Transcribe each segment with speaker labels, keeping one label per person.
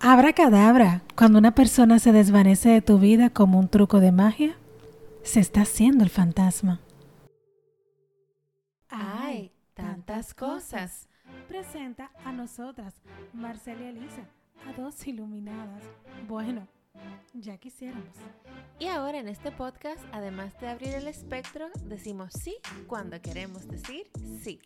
Speaker 1: Habrá cadabra, cuando una persona se desvanece de tu vida como un truco de magia, se está haciendo el fantasma.
Speaker 2: ¡Ay, tantas cosas!
Speaker 1: Presenta a nosotras, Marcela y Elisa, a dos iluminadas. Bueno, ya quisiéramos.
Speaker 2: Y ahora en este podcast, además de abrir el espectro, decimos sí cuando queremos decir sí.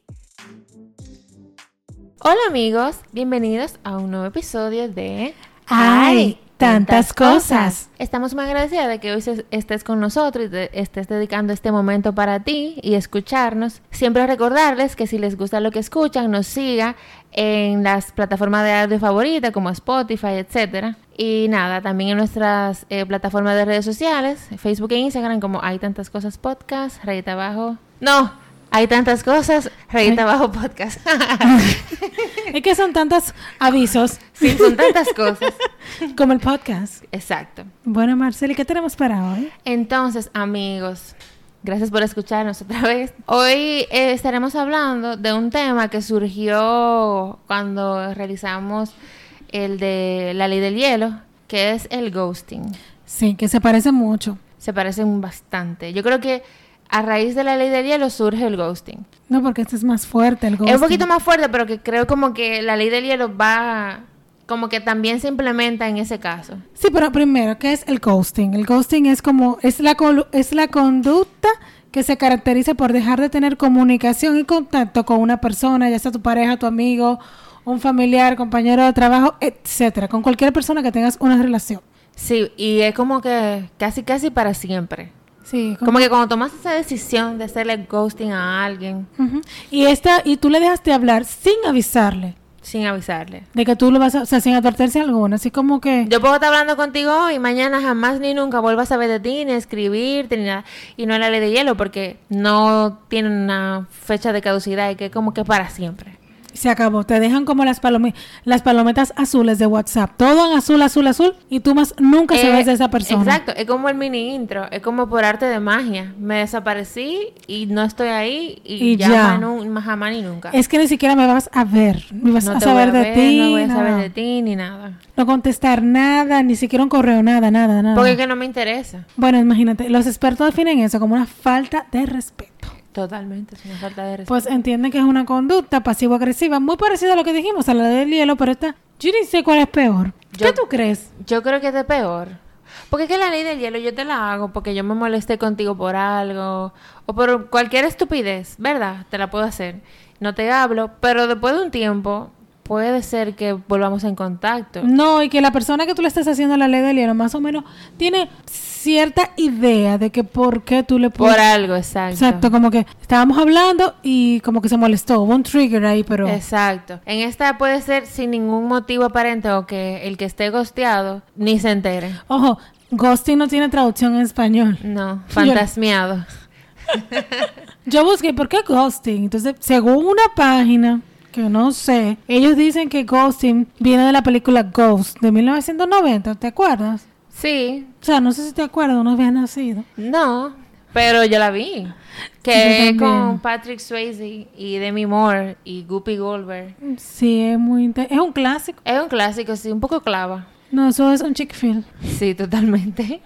Speaker 2: Hola amigos, bienvenidos a un nuevo episodio de...
Speaker 1: ¡Ay, tantas cosas!
Speaker 2: Estamos muy agradecidas de que hoy se- estés con nosotros y te estés dedicando este momento para ti y escucharnos. Siempre recordarles que si les gusta lo que escuchan, nos siga en las plataformas de audio favoritas como Spotify, etcétera. Y nada, también en nuestras eh, plataformas de redes sociales, Facebook e Instagram como Hay Tantas Cosas Podcast, Rayita Abajo... ¡No! Hay Tantas Cosas, Rayita Abajo Podcast.
Speaker 1: Es que son tantos avisos
Speaker 2: sí, son tantas cosas.
Speaker 1: como el podcast.
Speaker 2: Exacto.
Speaker 1: Bueno, Marcela, ¿y qué tenemos para hoy?
Speaker 2: Entonces, amigos, gracias por escucharnos otra vez. Hoy eh, estaremos hablando de un tema que surgió cuando realizamos el de la ley del hielo, que es el ghosting.
Speaker 1: Sí, que se parece mucho.
Speaker 2: Se parecen bastante. Yo creo que a raíz de la ley del hielo surge el ghosting.
Speaker 1: No, porque este es más fuerte el
Speaker 2: Es
Speaker 1: ghosting.
Speaker 2: un poquito más fuerte, pero que creo como que la ley del hielo va como que también se implementa en ese caso.
Speaker 1: Sí, pero primero, ¿qué es el ghosting? El ghosting es como, es la, colu- es la conducta que se caracteriza por dejar de tener comunicación y contacto con una persona, ya sea tu pareja, tu amigo, un familiar, compañero de trabajo, etcétera, con cualquier persona que tengas una relación.
Speaker 2: Sí, y es como que casi casi para siempre.
Speaker 1: Sí, como-
Speaker 2: Como que cuando tomas esa decisión de hacerle ghosting a alguien
Speaker 1: Ujú. y esta y tú le dejaste hablar sin avisarle
Speaker 2: sin avisarle.
Speaker 1: de que tú lo vas a, o sea, sin advertencia alguna, así como que
Speaker 2: Yo puedo estar hablando contigo hoy, mañana jamás ni nunca vuelvas a saber de ti, ni escribirte, ni nada. Y no es la ley de hielo porque no tiene una fecha de caducidad y que es como que para siempre.
Speaker 1: se acabó, te dejan como las palomi- las palometas azules de WhatsApp, todo en azul, azul, azul y tú más nunca
Speaker 2: Eh,
Speaker 1: sabes de esa persona.
Speaker 2: Exacto, es como el mini intro, es como por arte de magia. Me desaparecí y no estoy ahí y,
Speaker 1: Y
Speaker 2: ya,
Speaker 1: ya.
Speaker 2: más nu- más jamás ni nunca.
Speaker 1: Es que ni siquiera me vas a ver, ni vas
Speaker 2: no
Speaker 1: a
Speaker 2: te voy
Speaker 1: saber de
Speaker 2: ver,
Speaker 1: ti.
Speaker 2: No voy a
Speaker 1: nada.
Speaker 2: saber de ti ni nada.
Speaker 1: No contestar nada, ni siquiera un correo, nada, nada, nada.
Speaker 2: Porque es que no me interesa.
Speaker 1: Bueno, imagínate, los expertos definen eso como una falta de respeto.
Speaker 2: Totalmente, es una falta de respeto.
Speaker 1: Pues entienden que es una conducta pasivo-agresiva, muy parecida a lo que dijimos, a la del hielo, pero esta, yo ni sé cuál es peor. ¿Qué
Speaker 2: Yo-
Speaker 1: tú crees?
Speaker 2: Yo creo que es de peor. Porque es que la ley del hielo yo te la hago porque yo me molesté contigo por algo o por cualquier estupidez, ¿verdad? Te la puedo hacer. No te hablo, pero después de un tiempo puede ser que volvamos en contacto.
Speaker 1: No, y que la persona que tú le estás haciendo la ley del hielo, más o menos, tiene cierta idea de que por qué tú le
Speaker 2: Por
Speaker 1: puedes...
Speaker 2: algo, exacto.
Speaker 1: Exacto, como que estábamos hablando y como que se molestó, hubo un trigger ahí, pero...
Speaker 2: Exacto. En esta puede ser sin ningún motivo aparente o que el que esté gosteado ni se entere.
Speaker 1: Ojo, ghosting no tiene traducción en español.
Speaker 2: No, fantasmeado.
Speaker 1: Yo busqué por qué ghosting. Entonces, según una página que no sé, ellos dicen que ghosting viene de la película Ghost de 1990, ¿te acuerdas?
Speaker 2: Sí,
Speaker 1: O sea, no sé si te acuerdas, no habías nacido.
Speaker 2: No, pero yo la vi.
Speaker 1: Yo
Speaker 2: Que es
Speaker 1: también.
Speaker 2: con Patrick Swayze y Demi Moore y Guppy Goldberg.
Speaker 1: Sí, es muy inte- es un clásico.
Speaker 2: Es un clásico, sí, un poco clava.
Speaker 1: No, eso es un chick film.
Speaker 2: Sí, totalmente.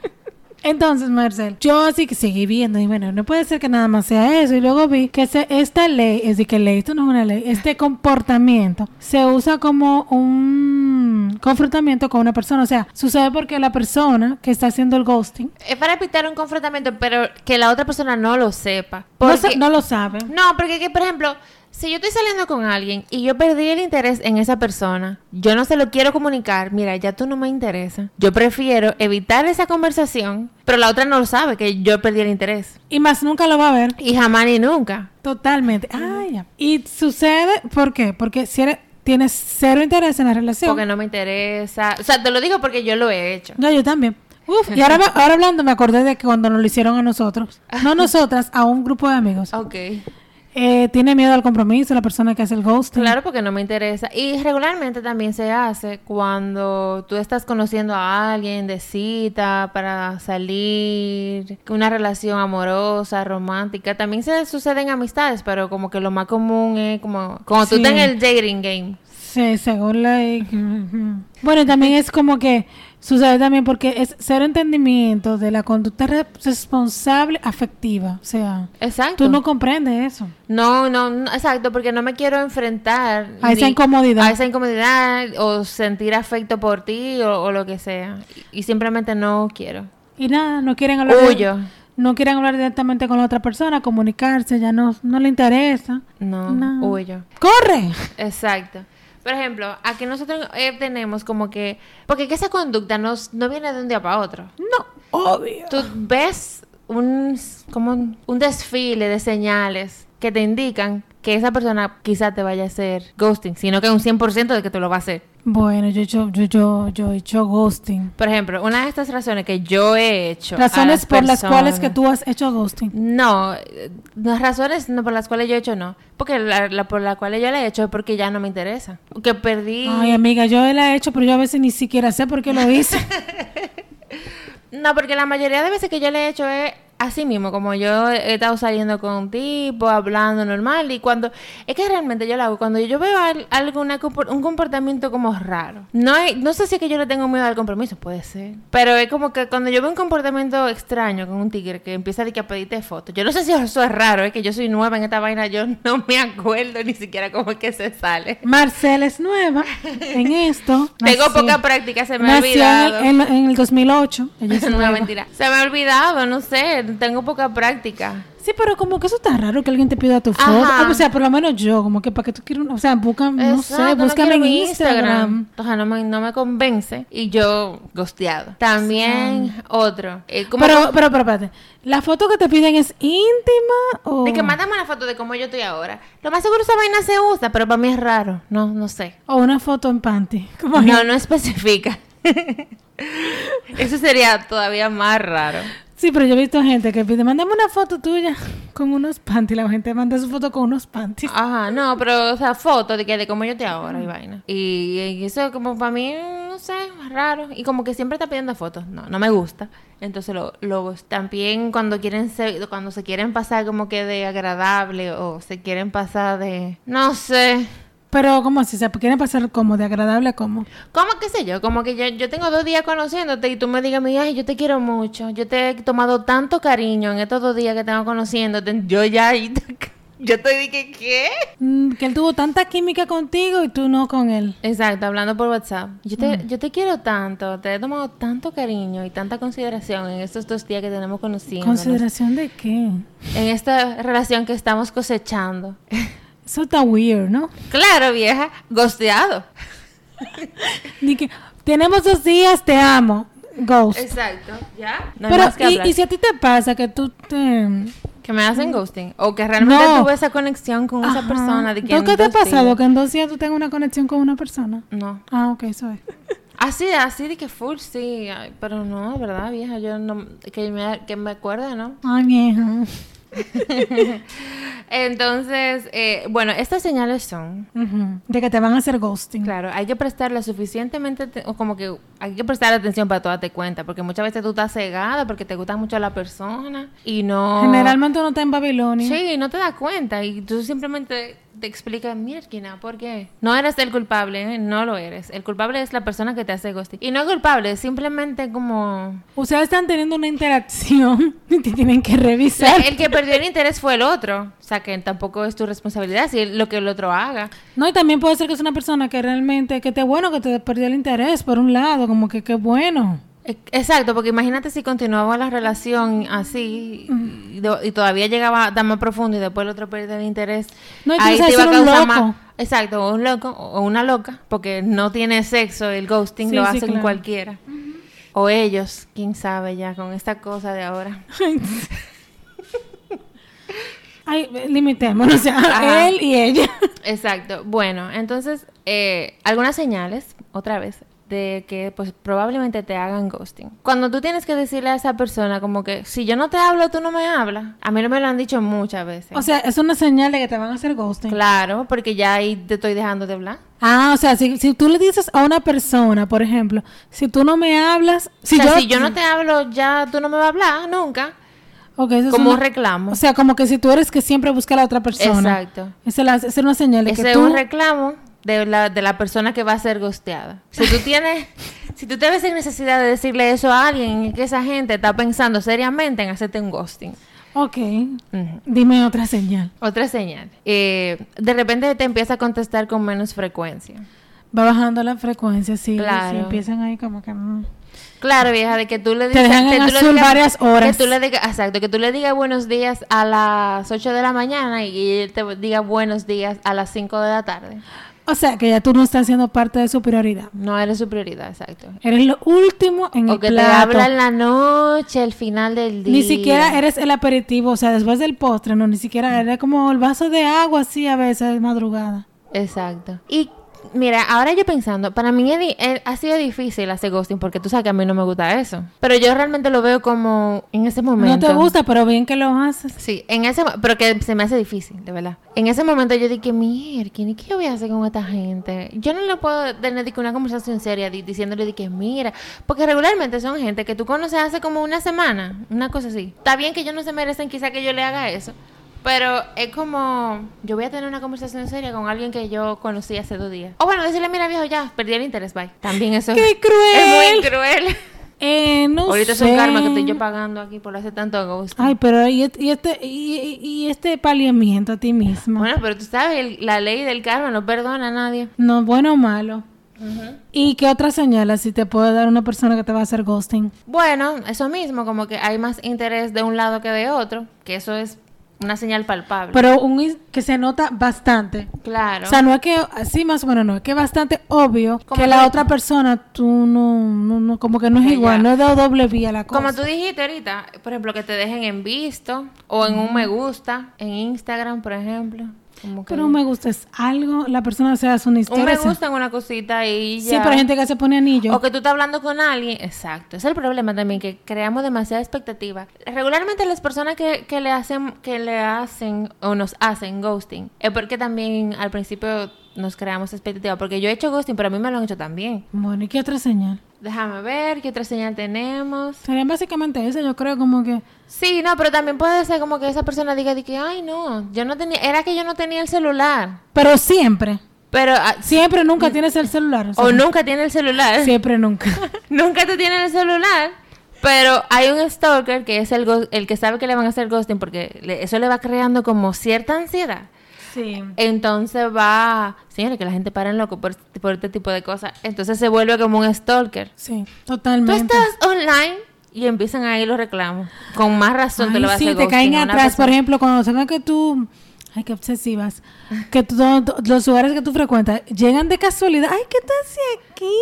Speaker 1: Entonces, Marcel, yo así que seguí viendo y bueno, no puede ser que nada más sea eso. Y luego vi que se- esta ley, es decir, que ley, esto no es una ley, este comportamiento se usa como un confrontamiento con una persona. O sea, sucede porque la persona que está haciendo el ghosting
Speaker 2: Es para evitar un confrontamiento, pero que la otra persona no lo sepa.
Speaker 1: no, sa-
Speaker 2: Porque-
Speaker 1: no lo sabe.
Speaker 2: No, porque que, por ejemplo, si yo estoy saliendo con alguien y yo perdí el interés en esa persona, yo no se lo quiero comunicar, mira, ya tú no me interesa. Yo prefiero evitar esa conversación, pero la otra no lo sabe, que yo perdí el interés.
Speaker 1: Y más nunca lo va a ver.
Speaker 2: Y jamás ni nunca.
Speaker 1: Totalmente. Ah, ya. Y sucede, ¿por qué? Porque si eres- tienes cero interés en la relación.
Speaker 2: Porque no me interesa. O sea, te lo digo porque yo lo he hecho.
Speaker 1: No, yo también. Uf, y ahora, me- ahora hablando me acordé de que cuando nos lo hicieron a nosotros, no nosotras, a un grupo de amigos.
Speaker 2: Ok.
Speaker 1: Eh, tiene miedo al compromiso la persona que hace el ghosting.
Speaker 2: Claro, porque no me interesa. Y regularmente también se hace cuando tú estás conociendo a alguien de cita para salir, una relación amorosa, romántica. También se suceden amistades, pero como que lo más común es como cuando tú
Speaker 1: Sí.
Speaker 2: estás en el dating game.
Speaker 1: Sí, según la... Bueno, y también es como que sucede también porque es cero entendimiento de la conducta re- responsable afectiva. O sea,
Speaker 2: Exacto.
Speaker 1: tú no comprendes eso.
Speaker 2: No, no, no, exacto, porque no me quiero enfrentar
Speaker 1: A esa
Speaker 2: ni-
Speaker 1: incomodidad.
Speaker 2: a esa incomodidad o sentir afecto por ti o, o lo que sea. Y, y simplemente no quiero.
Speaker 1: Y nada, no quieren hablar... de-
Speaker 2: Huyo.
Speaker 1: no quieren hablar directamente con la otra persona, comunicarse, ya no, no le interesa.
Speaker 2: No,
Speaker 1: No.
Speaker 2: huyo.
Speaker 1: ¡Corre!
Speaker 2: Exacto. Por ejemplo, aquí nosotros eh, tenemos como que. Porque que esa conducta no, no viene de un día para otro.
Speaker 1: No, obvio.
Speaker 2: Tú ves un, s- como un, un desfile de señales que te indican que esa persona quizá te vaya a hacer ghosting, sino que un 100% de que te lo va a hacer.
Speaker 1: Bueno, yo, he hecho- yo, yo, yo he hecho ghosting.
Speaker 2: Por ejemplo, una de estas razones que yo he hecho. a
Speaker 1: Razones por las cuales que
Speaker 2: personas-
Speaker 1: tú has hecho ghosting.
Speaker 2: No, eh, las razones no por las cuales yo he hecho no. Porque la, la por la cual yo la he hecho es porque ya no me interesa. Que perdí.
Speaker 1: Ay, amiga, yo la he hecho, pero yo a veces ni siquiera sé por qué lo hice.
Speaker 2: No, porque la mayoría de veces que yo le he hecho es así mismo, como yo he estado saliendo con un tipo, hablando normal, y cuando, es que realmente yo lo hago, cuando yo veo al- alguna compor- un comportamiento como raro, no, es- no sé si es que yo le tengo miedo al compromiso, puede ser, pero es como que cuando yo veo un comportamiento extraño con un tigre que empieza de que a pedirte fotos, yo no sé si eso es raro, es que yo soy nueva en esta vaina, yo no me acuerdo ni siquiera cómo es que se sale.
Speaker 1: Marcel es nueva en esto.
Speaker 2: Tengo
Speaker 1: Nació-
Speaker 2: poca práctica, se me ha
Speaker 1: nació en el-
Speaker 2: olvidado.
Speaker 1: En, en el 2008. Ella es
Speaker 2: Es una
Speaker 1: nueva.
Speaker 2: mentira. Se me ha olvidado, no sé, tengo poca práctica.
Speaker 1: Sí, pero como que eso está raro que alguien te pida tu foto. Ah,
Speaker 2: Ajá.
Speaker 1: O sea, por lo menos yo, como que para que tú quieras. O sea, buscan, no sé,
Speaker 2: Exacto,
Speaker 1: búscame
Speaker 2: quiero
Speaker 1: en
Speaker 2: mi
Speaker 1: Instagram.
Speaker 2: O sea, no me, no me convence. Y yo, gosteado. También otro. Eh, como
Speaker 1: Pero, pero, pero, espérate. ¿La foto que te piden es íntima o.?
Speaker 2: de que mándame una foto de cómo yo estoy ahora. Lo más seguro esa vaina se usa, pero para mí es raro. No, no sé.
Speaker 1: O una foto en panty. Como
Speaker 2: No, no especifica. Eso sería todavía más raro.
Speaker 1: Sí, pero yo he visto gente que pide, mándame una foto tuya con unos panties. La gente manda su foto con unos panties.
Speaker 2: Ajá, no, pero, o sea, foto de que de cómo yo estoy ahora y vaina. Y, y eso como para mí, no sé, es raro. Y como que siempre está pidiendo fotos. No, no me gusta. Entonces lo, lo también cuando quieren ser, cuando se quieren pasar como que de agradable o se quieren pasar de, no sé.
Speaker 1: Pero, ¿cómo así? ¿Se quieren pasar como de agradable a como?
Speaker 2: ¿Cómo qué sé yo? Como que yo, yo tengo dos días conociéndote y tú me digas, mira, ay, yo te quiero mucho. Yo te he tomado tanto cariño en estos dos días que tengo conociéndote. Yo ya, yo te dije, ¿qué?
Speaker 1: Mm, que él tuvo tanta química contigo y tú no con él.
Speaker 2: Exacto, hablando por WhatsApp. Yo te,
Speaker 1: Mm.
Speaker 2: yo te quiero tanto, te he tomado tanto cariño y tanta consideración en estos dos días que tenemos conociéndonos.
Speaker 1: ¿Consideración de qué?
Speaker 2: en esta relación que estamos cosechando.
Speaker 1: Eso está weird, ¿no?
Speaker 2: claro, vieja, gosteado.
Speaker 1: Ni que, tenemos dos días, te amo. Ghost.
Speaker 2: Exacto, ¿ya? No hay
Speaker 1: pero,
Speaker 2: más que
Speaker 1: y,
Speaker 2: hablar.
Speaker 1: y si a ti te pasa que tú te...
Speaker 2: Que me hacen ghosting. O que realmente
Speaker 1: No.
Speaker 2: tuve esa conexión con esa
Speaker 1: Ajá.
Speaker 2: persona. De que
Speaker 1: ¿No
Speaker 2: en
Speaker 1: qué te ha
Speaker 2: dos
Speaker 1: pasado?
Speaker 2: días-
Speaker 1: Que en dos días tú tengas una conexión con una persona.
Speaker 2: No.
Speaker 1: Ah, ok, eso es.
Speaker 2: Así, así de que full, sí. Ay, pero no, ¿verdad, vieja? Yo no... Que me, que me acuerde, ¿no?
Speaker 1: Ay, vieja.
Speaker 2: Entonces, eh, bueno, estas señales son,
Speaker 1: Ujú. De que te van a hacer ghosting.
Speaker 2: claro, hay que prestarle suficientemente, aten- o como que hay que prestar atención para tú darte cuenta, porque muchas veces tú estás cegada porque te gusta mucho la persona y no...
Speaker 1: Generalmente uno está en Babilonia.
Speaker 2: Ah. Sí, no te das cuenta y tú simplemente te explicas, mierda, ¿por qué? No eres el culpable, ¿eh? no lo eres. El culpable es la persona que te hace ghosting. Y no es culpable, es simplemente como...
Speaker 1: Ustedes están teniendo una interacción y te tienen que
Speaker 2: La-
Speaker 1: revisar.
Speaker 2: el que perdió el interés fue el otro. O sea, que tampoco es tu responsabilidad si lo que el otro haga.
Speaker 1: No, y también puede ser que es una persona que realmente, que te bueno que te perdió el interés, por un lado, como que qué bueno.
Speaker 2: E- Exacto, porque imagínate si continuaba la relación así y, do- y todavía llegaba tan más profundo y después el otro pierde el interés.
Speaker 1: No, y tú dices, "Eso era un loco".
Speaker 2: Exacto, o un loco o una loca, porque no tiene sexo, el ghosting
Speaker 1: Sí,
Speaker 2: lo
Speaker 1: sí,
Speaker 2: hacen
Speaker 1: claro.
Speaker 2: cualquiera. O ellos, quién sabe ya, con esta cosa de ahora.
Speaker 1: Ay, limitémonos, o sea,
Speaker 2: Ajá.
Speaker 1: él y ella.
Speaker 2: Exacto, bueno, entonces, eh, algunas señales, otra vez, de que pues probablemente te hagan ghosting. Cuando tú tienes que decirle a esa persona como que, si yo no te hablo, tú no me hablas. A mí no me lo han dicho muchas veces.
Speaker 1: O sea, es una señal de que te van a hacer ghosting.
Speaker 2: Claro, porque ya ahí te estoy dejando de hablar.
Speaker 1: Ah, o sea, si, si tú le dices a una persona, por ejemplo, si tú no me hablas, si
Speaker 2: o sea,
Speaker 1: yo,
Speaker 2: si yo no te hablo, ya tú no me vas a hablar nunca.
Speaker 1: Ok, eso es
Speaker 2: Como
Speaker 1: una-
Speaker 2: reclamo.
Speaker 1: O sea, como que si tú eres que siempre busca a la otra persona.
Speaker 2: Exacto.
Speaker 1: Esa es la- esa es una señal de
Speaker 2: Ese
Speaker 1: que
Speaker 2: es
Speaker 1: tú
Speaker 2: un reclamo de la, de la persona que va a ser gosteada. Si tú tienes, si tú te ves en necesidad de decirle eso a alguien, es que esa gente está pensando seriamente en hacerte un ghosting.
Speaker 1: Ok.
Speaker 2: Ujú.
Speaker 1: Dime otra señal.
Speaker 2: Otra señal. eh, de repente te empieza a contestar con menos frecuencia.
Speaker 1: Va bajando la frecuencia, sí.
Speaker 2: Claro.
Speaker 1: sí, empiezan ahí como que... mm.
Speaker 2: Claro, vieja, de que tú le
Speaker 1: Te
Speaker 2: digas...
Speaker 1: dejan
Speaker 2: que
Speaker 1: en
Speaker 2: tú le
Speaker 1: azul
Speaker 2: digas-
Speaker 1: varias horas.
Speaker 2: Que tú le digas, exacto, que tú le digas buenos días a las 8 de la mañana y él te diga buenos días a las 5 de la tarde.
Speaker 1: O sea, que ya tú no estás siendo parte de su prioridad.
Speaker 2: No eres su prioridad, exacto.
Speaker 1: Eres lo último en
Speaker 2: O
Speaker 1: el
Speaker 2: que te
Speaker 1: plato.
Speaker 2: habla en la noche, el final del día. Mm.
Speaker 1: Ni siquiera eres el aperitivo, o sea, después del postre, no, ni siquiera eres como el vaso de agua así a veces de madrugada.
Speaker 2: Exacto. Y mira, ahora yo pensando, para mí es di- eh, ha sido difícil hacer ghosting porque tú sabes que a mí no me gusta eso. Pero yo realmente lo veo como en ese momento.
Speaker 1: No te gusta, pero bien que lo haces.
Speaker 2: Sí, en ese mo- pero que se me hace difícil, de verdad. En ese momento yo dije, mierda, ¿qué yo voy a hacer con esta gente? Yo no le puedo tener de que una conversación seria di- diciéndole de que mira, porque regularmente son gente que tú conoces hace como una semana, una cosa así. Está bien que ellos no se merecen quizá que yo le haga eso, pero es como, yo voy a tener una conversación seria con alguien que yo conocí hace dos días. O bueno, decirle, mira viejo, ya, perdí el interés, bye. También eso es-
Speaker 1: ¡Qué cruel!
Speaker 2: es muy cruel.
Speaker 1: Eh, no
Speaker 2: Ahorita es
Speaker 1: sé.
Speaker 2: un karma que estoy yo pagando aquí por hacer tanto ghost.
Speaker 1: Ay, pero y, et- y este y, y- y este paliamiento a ti mismo.
Speaker 2: Bueno, pero tú sabes, el- la ley del karma no perdona a nadie.
Speaker 1: No, bueno o malo. ¿Y qué otra señal así te puede dar una persona que te va a hacer ghosting?
Speaker 2: Bueno, eso mismo, como que hay más interés de un lado que de otro, que eso es una señal palpable.
Speaker 1: Pero un is- que se nota bastante.
Speaker 2: claro.
Speaker 1: O sea, no es que, así más o menos, no, es que es bastante obvio
Speaker 2: Como
Speaker 1: que la
Speaker 2: que-
Speaker 1: otra persona, tú no, no, no, como que no es
Speaker 2: Que
Speaker 1: igual,
Speaker 2: ya.
Speaker 1: no es de doble vía la cosa.
Speaker 2: como tú dijiste ahorita, por ejemplo, que te dejen en visto o en un me gusta, en Instagram, por ejemplo. Como que
Speaker 1: Pero un me gusta es algo, la persona se hace una
Speaker 2: un
Speaker 1: historia.
Speaker 2: me
Speaker 1: se-
Speaker 2: gusta en una cosita y ya.
Speaker 1: Siempre hay gente que se pone anillo.
Speaker 2: O que tú estás hablando con alguien. Exacto. Ese es el problema también, que creamos demasiada expectativa. Regularmente las personas que, que le hacen, que le hacen o nos hacen ghosting, es porque también al principio nos creamos expectativa. Porque yo he hecho ghosting, pero a mí me lo han hecho también.
Speaker 1: Bueno, ¿y qué otra señal?
Speaker 2: Déjame ver qué otra señal tenemos.
Speaker 1: Serían básicamente eso, yo creo como que...
Speaker 2: Sí, no, pero también puede ser como que esa persona diga de que, ay, no, yo no tenía, era que yo no tenía el celular.
Speaker 1: Pero siempre,
Speaker 2: Pero, ah,
Speaker 1: siempre nunca tienes el celular. o sea,
Speaker 2: o nunca tiene el celular.
Speaker 1: Siempre nunca.
Speaker 2: Nunca te tienen el celular, pero hay un stalker que es el, go- el que sabe que le van a hacer ghosting porque le- eso le va creando como cierta ansiedad.
Speaker 1: sí.
Speaker 2: Entonces va, señores, que la gente para en loco por, este- por este tipo de cosas. Entonces se vuelve como un stalker.
Speaker 1: Sí,
Speaker 2: Tú
Speaker 1: totalmente.
Speaker 2: estás online y empiezan ahí los reclamos. Con más razón te
Speaker 1: Ay,
Speaker 2: lo va a
Speaker 1: sí,
Speaker 2: hacer
Speaker 1: te
Speaker 2: ghosting
Speaker 1: caen
Speaker 2: a una
Speaker 1: atrás, por
Speaker 2: persona.
Speaker 1: ejemplo, cuando saben que tú... Ay, qué obsesivas. Que tú- to- to- los lugares que tú frecuentas llegan de casualidad. Ay, ¿qué estás aquí?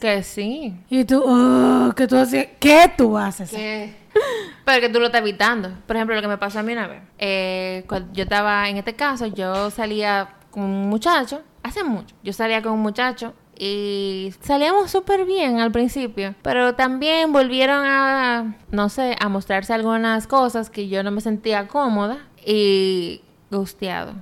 Speaker 2: Que sí.
Speaker 1: Y tú, oh, que tú haces... ¿Qué tú haces?
Speaker 2: que- Pero que tú lo estás evitando. Por ejemplo, lo que me pasó a mí una vez. Eh, cuando yo estaba, en este caso, yo salía con un muchacho, hace mucho, yo salía con un muchacho y salíamos súper bien al principio, pero también volvieron a, no sé, a mostrarse algunas cosas que yo no me sentía cómoda y gusteado.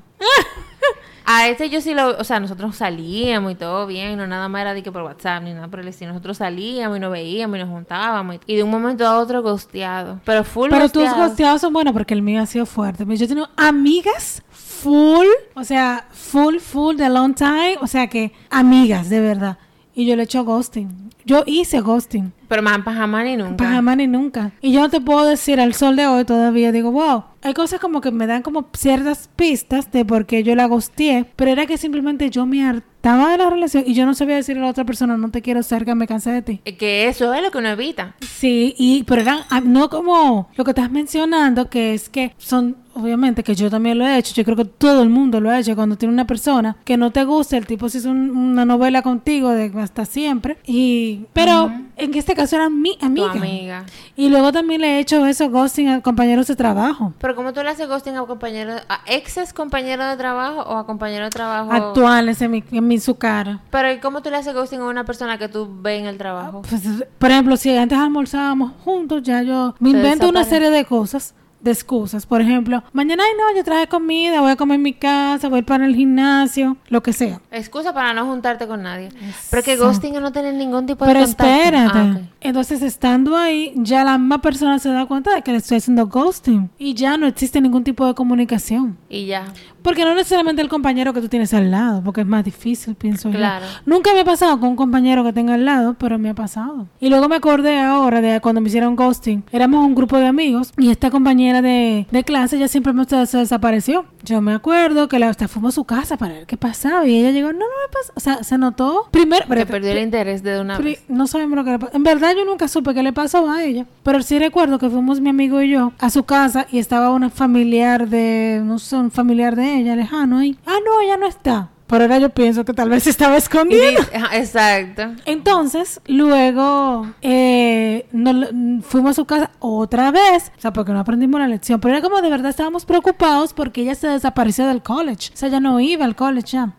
Speaker 2: A este yo sí lo, o sea, nosotros salíamos y todo bien, no nada más era de que por WhatsApp ni nada por el estilo. Nosotros salíamos y nos veíamos y nos juntábamos y, y de un momento a otro gosteado. Pero full
Speaker 1: Pero tus
Speaker 2: ghosteado.
Speaker 1: gosteados son buenos porque el mío ha sido fuerte. Yo he tenido amigas full, o sea, full, full de long time. O sea que amigas, de verdad. Y yo le he hecho ghosting. Yo hice ghosting.
Speaker 2: Pero más pa' jamás ni nunca.
Speaker 1: Pajamán y Pues nunca. Y yo no te puedo decir al sol de hoy todavía, digo, wow. Hay cosas como que me dan como ciertas pistas de por qué yo la gosteé, pero era que simplemente yo me hartaba de la relación y yo no sabía decirle a la otra persona, no te quiero cerca, me cansé de ti.
Speaker 2: Eh, Que eso es lo que uno evita.
Speaker 1: Sí, y pero eran ah, no como lo que estás mencionando, que es que son, obviamente que yo también lo he hecho, yo creo que todo el mundo lo ha hecho cuando tiene una persona que no te gusta, el tipo se hizo un- una novela contigo de hasta siempre, y pero en este caso era mi
Speaker 2: Tu
Speaker 1: amiga.
Speaker 2: amiga.
Speaker 1: Y luego también le he hecho eso ghosting a compañeros de trabajo.
Speaker 2: Pero como tú le haces ghosting a compañero, a exes compañero de trabajo o a compañero de trabajo.
Speaker 1: Actuales en mi, en mi- su cara.
Speaker 2: Pero ¿y cómo tú le haces ghosting a una persona que tú ves en el trabajo?
Speaker 1: Pues, por ejemplo, si antes almorzábamos juntos, ya yo me
Speaker 2: Te
Speaker 1: invento una
Speaker 2: desaparece.
Speaker 1: serie de cosas, de excusas. Por ejemplo, mañana, ay no, yo traje comida, voy a comer en mi casa, voy para el gimnasio, lo que sea.
Speaker 2: Excusa para no juntarte con nadie. Pero que
Speaker 1: Exacto.
Speaker 2: ghosting es no tener ningún tipo de
Speaker 1: Pero
Speaker 2: contacto. Ah,
Speaker 1: espérate,
Speaker 2: ok.
Speaker 1: Entonces, estando ahí, ya la misma persona se da cuenta de que le estoy haciendo ghosting y ya no existe ningún tipo de comunicación.
Speaker 2: Y ya.
Speaker 1: Porque no necesariamente el compañero que tú tienes al lado, porque es más difícil, pienso
Speaker 2: Claro.
Speaker 1: yo. Nunca me ha pasado con un compañero que tenga al lado, pero me ha pasado. Y luego me acordé ahora de cuando me hicieron ghosting. Éramos un grupo de amigos y esta compañera de, de clase ya simplemente se, se desapareció. Yo me acuerdo que la, hasta fuimos a su casa para ver qué pasaba y ella llegó, no, no me pasa. O sea, se notó. Primero,
Speaker 2: Que
Speaker 1: pero-
Speaker 2: perdió el interés de una
Speaker 1: Pri-
Speaker 2: vez.
Speaker 1: No sabemos lo que le pasó. En verdad yo nunca supe qué le pasó a ella. Pero sí recuerdo que fuimos mi amigo y yo a su casa y estaba una familiar de, no sé, un familiar de ella lejano ahí. Ah, no, ella no está. Por ahora yo pienso que tal vez se estaba
Speaker 2: Y
Speaker 1: escondiendo.
Speaker 2: dice- ajá, Exacto.
Speaker 1: Entonces, luego eh, no lo- mm, fuimos a su casa otra vez, o sea, porque no aprendimos la lección, pero era como de verdad estábamos preocupados porque ella se desapareció del college, o sea, ya no iba al college ya.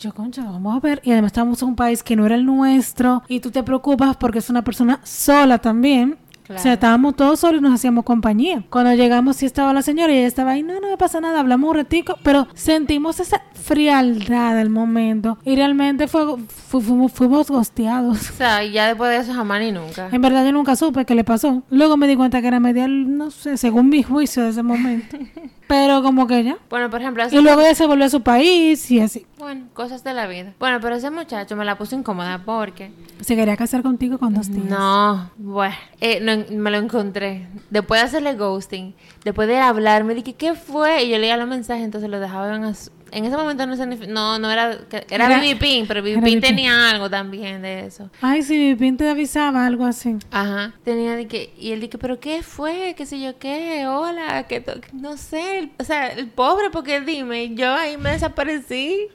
Speaker 1: Yo, concha, vamos a ver. Y además estábamos en un país que no era el nuestro. Y tú te preocupas porque es una persona sola también.
Speaker 2: Claro.
Speaker 1: O sea, estábamos todos solos y nos hacíamos compañía. Cuando llegamos sí estaba la señora y ella estaba ahí, no, no me pasa nada, hablamos un ratico, pero sentimos esa frialdad del momento y realmente fue, fu- fuimos, fuimos gosteados.
Speaker 2: O sea, y ya después de eso jamás ni nunca.
Speaker 1: En verdad yo nunca supe qué le pasó. Luego me di cuenta que era media, no sé, según mi juicio de ese momento. Pero como que ya.
Speaker 2: Bueno, por ejemplo,
Speaker 1: Y
Speaker 2: hace-
Speaker 1: luego ella se volvió a su país y así.
Speaker 2: bueno, cosas de la vida. Bueno, pero ese muchacho me la puso incómoda porque
Speaker 1: Se quería casar contigo con dos tías.
Speaker 2: No, bueno, eh, no, en- me lo encontré. Después de hacerle ghosting, después de hablarme, dije, ¿qué fue? Y yo leía los mensajes, entonces lo dejaba en az- En ese momento no, signifi- no, no era... que- Era,
Speaker 1: Era-
Speaker 2: BB Pink, pero BB
Speaker 1: era
Speaker 2: Pink
Speaker 1: BB.
Speaker 2: tenía algo también de eso.
Speaker 1: Ay, si mi pin te avisaba, algo así.
Speaker 2: Ajá. Tenía de que... Y él dije, ¿pero qué fue? ¿Qué sé yo qué? Hola, que no sé. el- O sea, el pobre, porque dime, y yo ahí me desaparecí.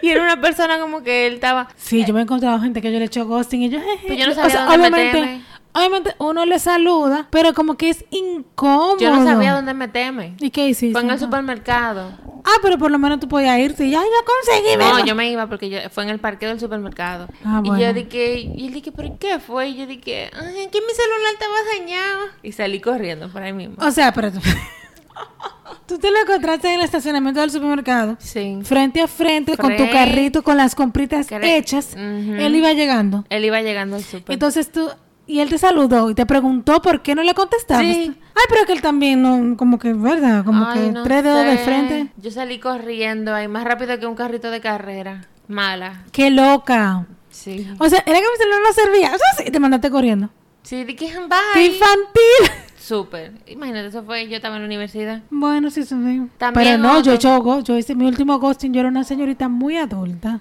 Speaker 2: Y era una persona como que él estaba...
Speaker 1: Sí, yo me he encontrado gente que yo le he hecho ghosting y yo, jeje.
Speaker 2: Eh. Pues yo no sabía dónde meterme.
Speaker 1: obviamente, obviamente uno le saluda, pero como que es incómodo.
Speaker 2: Yo no sabía dónde meterme.
Speaker 1: ¿Y qué hiciste?
Speaker 2: Fue en el
Speaker 1: Ajá.
Speaker 2: supermercado.
Speaker 1: Ah, pero por lo menos tú podías irte y ya, yo conseguí
Speaker 2: No,
Speaker 1: verlo.
Speaker 2: yo me iba porque yo, fue en el parque del supermercado.
Speaker 1: Ah,
Speaker 2: y yo
Speaker 1: bueno.
Speaker 2: dije, y él dije, ¿por qué fue? Y yo dije, ay, que mi celular estaba dañado. Y salí corriendo por ahí mismo.
Speaker 1: O sea, pero tú... tú te lo encontraste en el estacionamiento del supermercado.
Speaker 2: Sí.
Speaker 1: Frente a frente, con
Speaker 2: Frente.
Speaker 1: tu carrito, con las compritas
Speaker 2: Corre-
Speaker 1: hechas.
Speaker 2: Ujú.
Speaker 1: Él iba llegando.
Speaker 2: Él iba llegando al super.
Speaker 1: Entonces tú, y él te saludó y te preguntó por qué no le contestabas.
Speaker 2: Sí.
Speaker 1: Ay, pero que él también, no, como que, ¿verdad? Como
Speaker 2: Ay,
Speaker 1: que
Speaker 2: no
Speaker 1: tres dedos de
Speaker 2: sé.
Speaker 1: frente.
Speaker 2: Yo salí corriendo ahí más rápido que un carrito de carrera. Mala.
Speaker 1: Qué loca.
Speaker 2: Sí.
Speaker 1: O sea, era que mi celular no servía. O sea, sí, te mandaste corriendo.
Speaker 2: Sí, dije,
Speaker 1: ¡Qué
Speaker 2: bye.
Speaker 1: infantil!
Speaker 2: Súper. Imagínate, eso fue yo estaba en la universidad.
Speaker 1: Bueno, sí, eso sí. Pero
Speaker 2: También
Speaker 1: no, yo, he
Speaker 2: otro.
Speaker 1: hecho go- yo hice mi último ghosting. Yo era una señorita muy adulta.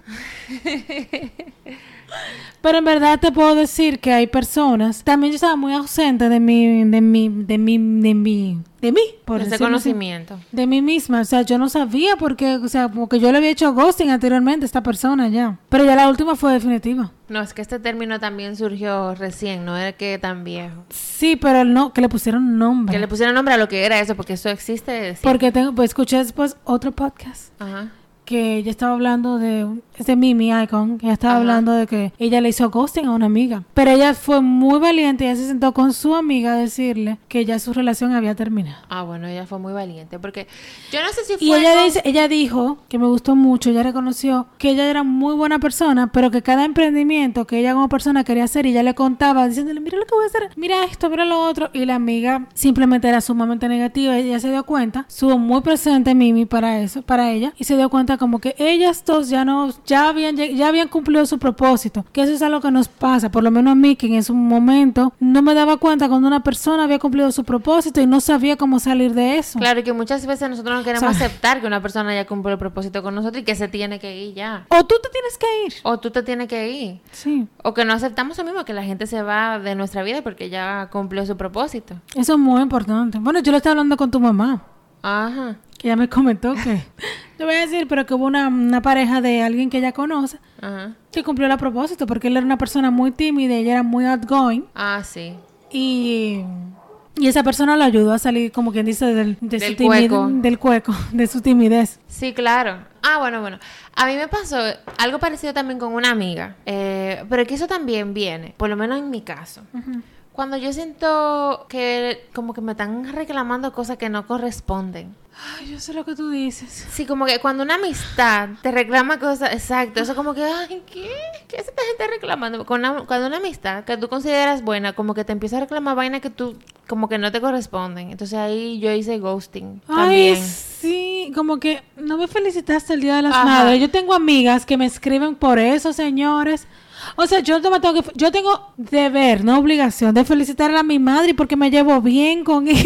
Speaker 1: Pero en verdad te puedo decir que hay personas. También yo estaba muy ausente de mi, de mi, de mi, de mi, de mí, por
Speaker 2: ese
Speaker 1: decirlo así.
Speaker 2: conocimiento.
Speaker 1: De mí misma, o sea, yo no sabía porque, o sea, como que yo le había hecho ghosting anteriormente a esta persona ya. Pero ya la última fue definitiva.
Speaker 2: No, es que este término también surgió recién, no era que tan viejo.
Speaker 1: Sí, pero no, que le pusieron nombre.
Speaker 2: Que le pusieron nombre a lo que era eso, porque eso existe. de siempre.
Speaker 1: Porque tengo, pues escuché después otro podcast
Speaker 2: Ajá.
Speaker 1: que ella estaba hablando de, un- es de Mimi Icon, que ella estaba
Speaker 2: Ajá.
Speaker 1: hablando de que ella le hizo ghosting a una amiga. Pero ella fue muy valiente, ella se sentó con su amiga a decirle que ya su relación había terminado.
Speaker 2: Ah, bueno, ella fue muy valiente, porque yo no sé si fue...
Speaker 1: Y ella
Speaker 2: con-
Speaker 1: dice, ella dijo que me gustó mucho, ella reconoció que ella era muy buena persona, pero que cada emprendimiento que ella como persona quería hacer y ya le contaba diciéndole, mira lo que voy a hacer, mira esto, mira lo otro, y la amiga simplemente era sumamente negativa, ella se dio cuenta, estuvo muy presente Mimi para eso, para ella y se dio cuenta como que ellas dos ya no ya habían lleg- ya habían cumplido su propósito, que eso es algo que nos pasa, por lo menos a mí que en ese momento no me daba cuenta cuando una persona había cumplido su propósito y no sabía cómo salir de eso.
Speaker 2: Claro, que muchas veces nosotros no queremos
Speaker 1: O sea-
Speaker 2: aceptar que una persona ya cumplió el propósito con nosotros y que se tiene que ir ya.
Speaker 1: O tú te tienes que ir.
Speaker 2: O tú te tienes que ir.
Speaker 1: Sí.
Speaker 2: O que no aceptamos lo mismo, que la gente se va de nuestra vida porque ya cumplió su propósito.
Speaker 1: Eso es muy importante. Bueno, yo lo estaba hablando con tu mamá,
Speaker 2: Ajá.
Speaker 1: que ya me comentó que. Yo voy a decir, pero que hubo una, una pareja de alguien que ella conoce
Speaker 2: Ajá.
Speaker 1: que cumplió la propósito, porque él era una persona muy tímida, ella era muy outgoing
Speaker 2: Ah, sí.
Speaker 1: y. Y esa persona lo ayudó a salir, como quien dice, del, de su
Speaker 2: Del
Speaker 1: timide-
Speaker 2: cueco.
Speaker 1: del cueco, de su timidez.
Speaker 2: Sí, claro. Ah, bueno, bueno. A mí me pasó algo parecido también con una amiga, eh, pero que eso también viene, por lo menos en mi caso. Cuando yo siento que como que me están reclamando cosas que no corresponden.
Speaker 1: Ay, yo sé lo que tú dices.
Speaker 2: Sí, como que cuando una amistad te reclama cosas, exacto, eso como que, ay, ¿qué? ¿Qué es esta gente reclamando? Cuando una, cuando una amistad que tú consideras buena, como que te empieza a reclamar vainas que tú, como que no te corresponden. Entonces ahí yo hice ghosting.
Speaker 1: Ay,
Speaker 2: También.
Speaker 1: sí, como que no me felicitaste el Día de las
Speaker 2: Ajá.
Speaker 1: Madres. Yo tengo amigas que me escriben por eso, señores. O sea, yo no me tengo que... Yo tengo deber, no obligación, de felicitar a mi madre porque me llevo bien con ella.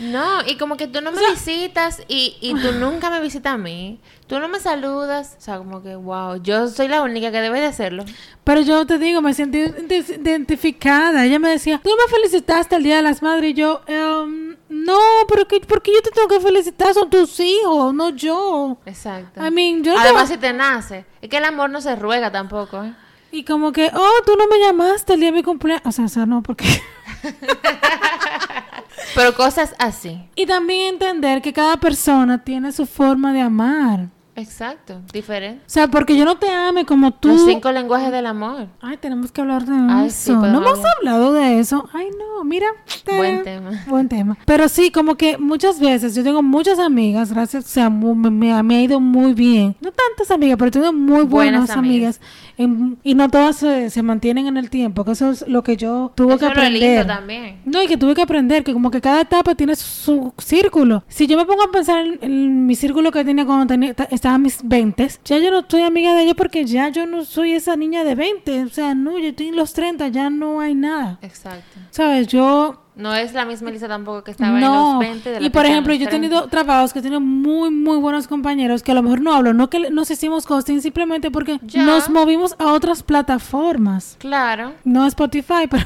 Speaker 2: No, y como que tú no me visitas y, y tú nunca me visitas a mí. Tú no me saludas. O sea, como que, wow, yo soy la única que debe de hacerlo.
Speaker 1: Pero yo te digo, me sentí ide- identificada. Ella me decía, tú me felicitaste el Día de las Madres. Y yo, "Em, no, pero que, ¿por qué yo te tengo que felicitar? Son tus hijos, no yo.
Speaker 2: Exacto.
Speaker 1: I mean, yo no-
Speaker 2: Además, si te nace. Es que el amor no se ruega tampoco, ¿eh?
Speaker 1: Y como que, oh, tú no me llamaste el día de mi cumpleaños. O sea, o sea, no, porque...
Speaker 2: Pero cosas así.
Speaker 1: Y también entender que cada persona tiene su forma de amar.
Speaker 2: Exacto. Diferente.
Speaker 1: O sea, porque yo no te ame como tú.
Speaker 2: Los cinco lenguajes del amor.
Speaker 1: Ay, tenemos que hablar de
Speaker 2: Ay, sí,
Speaker 1: eso. no
Speaker 2: podemos
Speaker 1: hemos
Speaker 2: hablar.
Speaker 1: hablado de eso. Ay, no, mira.
Speaker 2: Buen tema.
Speaker 1: Buen tema. Pero sí, como que muchas veces, yo tengo muchas amigas, gracias, o sea, mu- me, me- me ha ido muy bien. No tantas amigas, pero tengo muy buenas,
Speaker 2: Buenas
Speaker 1: amigas.
Speaker 2: amigas.
Speaker 1: En- y no todas se, se mantienen en el tiempo, que eso es lo que yo tuve
Speaker 2: Eso
Speaker 1: que
Speaker 2: es lo
Speaker 1: aprender.
Speaker 2: lindo también.
Speaker 1: No, y que tuve que aprender que como que cada etapa tiene su círculo. Si yo me pongo a pensar en, en mi círculo que tenía cuando tenía, ta- estaba en mis 20, ya yo no estoy amiga de ella porque ya yo no soy esa niña de 20. O sea, no, yo estoy en los 30, ya no hay nada.
Speaker 2: Exacto.
Speaker 1: ¿Sabes? Yo...
Speaker 2: No es la misma Elisa tampoco que estaba en
Speaker 1: No,
Speaker 2: los 20 de la
Speaker 1: y
Speaker 2: que
Speaker 1: por
Speaker 2: está en
Speaker 1: ejemplo,
Speaker 2: los
Speaker 1: yo he
Speaker 2: 30.
Speaker 1: tenido trabajos que he tenido muy, muy buenos compañeros que a lo mejor no hablo, no que le- nos hicimos ghosting simplemente porque
Speaker 2: Ya.
Speaker 1: nos movimos a otras plataformas.
Speaker 2: Claro,
Speaker 1: No Spotify, pero...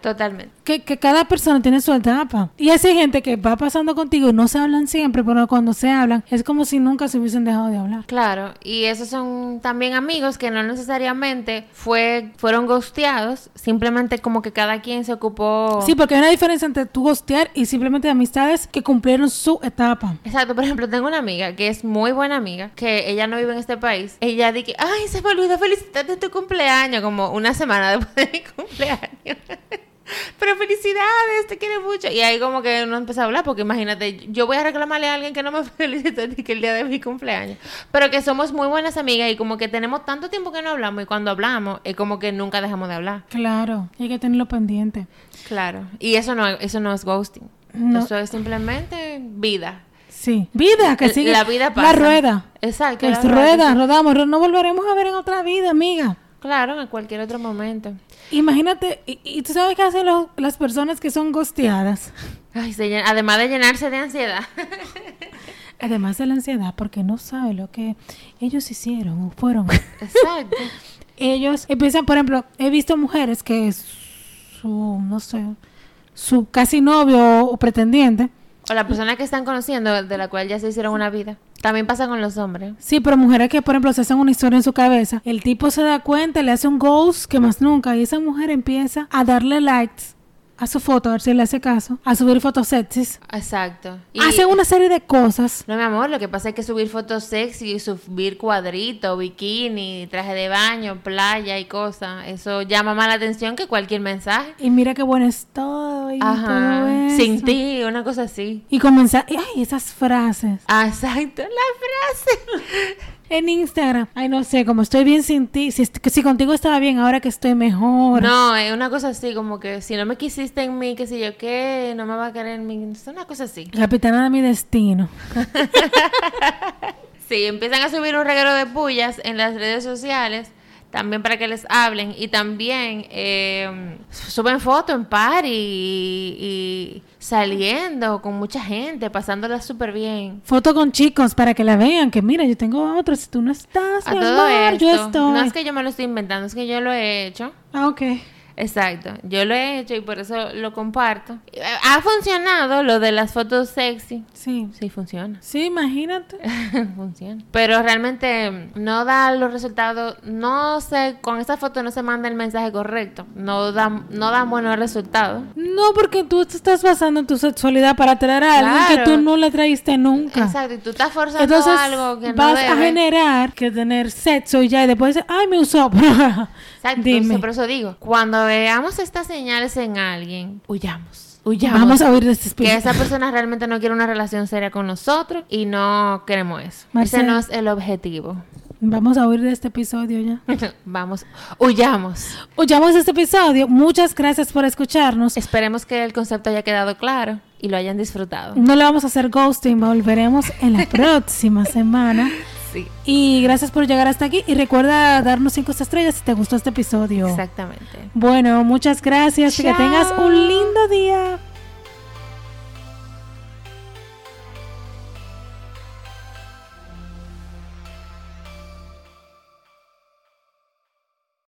Speaker 2: totalmente.
Speaker 1: que, que cada persona tiene su etapa. Y así hay gente que va pasando contigo y no se hablan siempre, pero cuando se hablan es como si nunca se hubiesen dejado de hablar.
Speaker 2: Claro, y esos son también amigos que no necesariamente fue, fueron ghosteados, simplemente como que cada quien se ocupó.
Speaker 1: Sí, porque hay una diferencia entre tú gostear y simplemente amistades que cumplieron su etapa.
Speaker 2: Exacto, por ejemplo, tengo una amiga que es muy buena amiga, que ella no vive en este país. Ella dice, que, ay, se me olvidó felicitarte tu cumpleaños, como una semana después de mi cumpleaños. Pero felicidades, te quiero mucho. Y ahí como que uno empieza a hablar, porque imagínate, yo voy a reclamarle a alguien que no me felicitó ni que el día de mi cumpleaños. Pero que somos muy buenas amigas y como que tenemos tanto tiempo que no hablamos y cuando hablamos es como que nunca dejamos de hablar.
Speaker 1: Claro, hay que tenerlo pendiente.
Speaker 2: Claro. Y eso no, eso no es ghosting.
Speaker 1: No.
Speaker 2: Eso es simplemente vida.
Speaker 1: Sí. Vida, que
Speaker 2: El-
Speaker 1: sigue.
Speaker 2: la vida
Speaker 1: La
Speaker 2: pasa.
Speaker 1: rueda.
Speaker 2: Exacto,
Speaker 1: Es
Speaker 2: la rueda,
Speaker 1: rueda,
Speaker 2: sí.
Speaker 1: rodamos, ro- no volveremos a ver en otra vida, amiga.
Speaker 2: Claro, en cualquier otro momento.
Speaker 1: Imagínate, y, y tú sabes qué hacen los- las personas que son gosteadas.
Speaker 2: Ay, se llena- además de llenarse de ansiedad.
Speaker 1: Además de la ansiedad, porque no sabe lo que ellos hicieron o fueron.
Speaker 2: Exacto.
Speaker 1: ellos empiezan, por ejemplo, he visto mujeres que su, no sé, su casi novio o pretendiente,
Speaker 2: O la persona que están conociendo, de la cual ya se hicieron una vida. También pasa con los hombres.
Speaker 1: sí, pero mujeres que, por ejemplo, se hacen una historia en su cabeza, el tipo se da cuenta, le hace un ghost que más nunca, y esa mujer empieza a darle likes a su foto, a ver si le hace caso, a subir fotos sexys,
Speaker 2: Exacto. Y-
Speaker 1: hace una serie de cosas.
Speaker 2: No, mi amor, lo que pasa es que subir fotos sexy, subir cuadrito, bikini, traje de baño, playa y cosas, eso llama más la atención que cualquier mensaje.
Speaker 1: Y mira qué buena estoy. y todo
Speaker 2: Ajá.
Speaker 1: eso.
Speaker 2: Sin ti, una cosa así.
Speaker 1: Y comenzar, y, ay, esas frases.
Speaker 2: Ah, Exacto, la frase.
Speaker 1: En Instagram. Ay, no sé, como estoy bien sin ti. Si, est- si contigo estaba bien, ahora que estoy mejor.
Speaker 2: No, es una cosa así, como que si no me quisiste en mí, qué sé yo qué, no me va a querer en mí. Es una cosa así.
Speaker 1: Capitana de mi destino.
Speaker 2: Sí, empiezan a subir un reguero de pullas en las redes sociales, también para que les hablen. Y también eh, suben fotos en party y, y saliendo con mucha gente, pasándola súper bien.
Speaker 1: Foto con chicos para que la vean. Que mira, yo tengo a otro. Si tú no estás,
Speaker 2: A
Speaker 1: mi
Speaker 2: todo
Speaker 1: amor,
Speaker 2: esto,
Speaker 1: yo estoy.
Speaker 2: no es que yo me lo estoy inventando, es que yo lo he hecho.
Speaker 1: Ah, ok.
Speaker 2: Exacto, yo lo he hecho y por eso lo comparto. Eh, Ha funcionado lo de las fotos sexy.
Speaker 1: Sí.
Speaker 2: Sí, funciona.
Speaker 1: Sí, imagínate.
Speaker 2: Funciona. Pero realmente mm, no da los resultados, no sé, con esa foto no se manda el mensaje correcto, no da, no da buenos resultados.
Speaker 1: No, porque tú te estás basando en tu sexualidad para atraer a alguien que
Speaker 2: Claro.
Speaker 1: tú no le traíste nunca.
Speaker 2: Exacto, y tú estás forzando
Speaker 1: Entonces
Speaker 2: algo que no
Speaker 1: vas a
Speaker 2: debe.
Speaker 1: generar que tener sexo y ya, y después, ay, me usó.
Speaker 2: Exacto.
Speaker 1: Dime.
Speaker 2: Dime. Por eso digo, cuando veamos estas señales en alguien, huyamos. Huyamos.
Speaker 1: Vamos a huir de este espíritu.
Speaker 2: que esa persona realmente no quiere una relación seria con nosotros y no queremos eso.
Speaker 1: Marcela.
Speaker 2: Ese no es el objetivo.
Speaker 1: Vamos a huir de este episodio ya.
Speaker 2: Vamos, huyamos.
Speaker 1: Huyamos de este episodio. Muchas gracias por escucharnos.
Speaker 2: Esperemos que el concepto haya quedado claro y lo hayan disfrutado.
Speaker 1: No le vamos a hacer ghosting. Volveremos en la próxima semana.
Speaker 2: Sí,
Speaker 1: Y gracias por llegar hasta aquí. Y recuerda darnos cinco estrellas si te gustó este episodio.
Speaker 2: exactamente.
Speaker 1: Bueno, muchas gracias. y Que
Speaker 2: Chao.
Speaker 1: tengas un lindo día.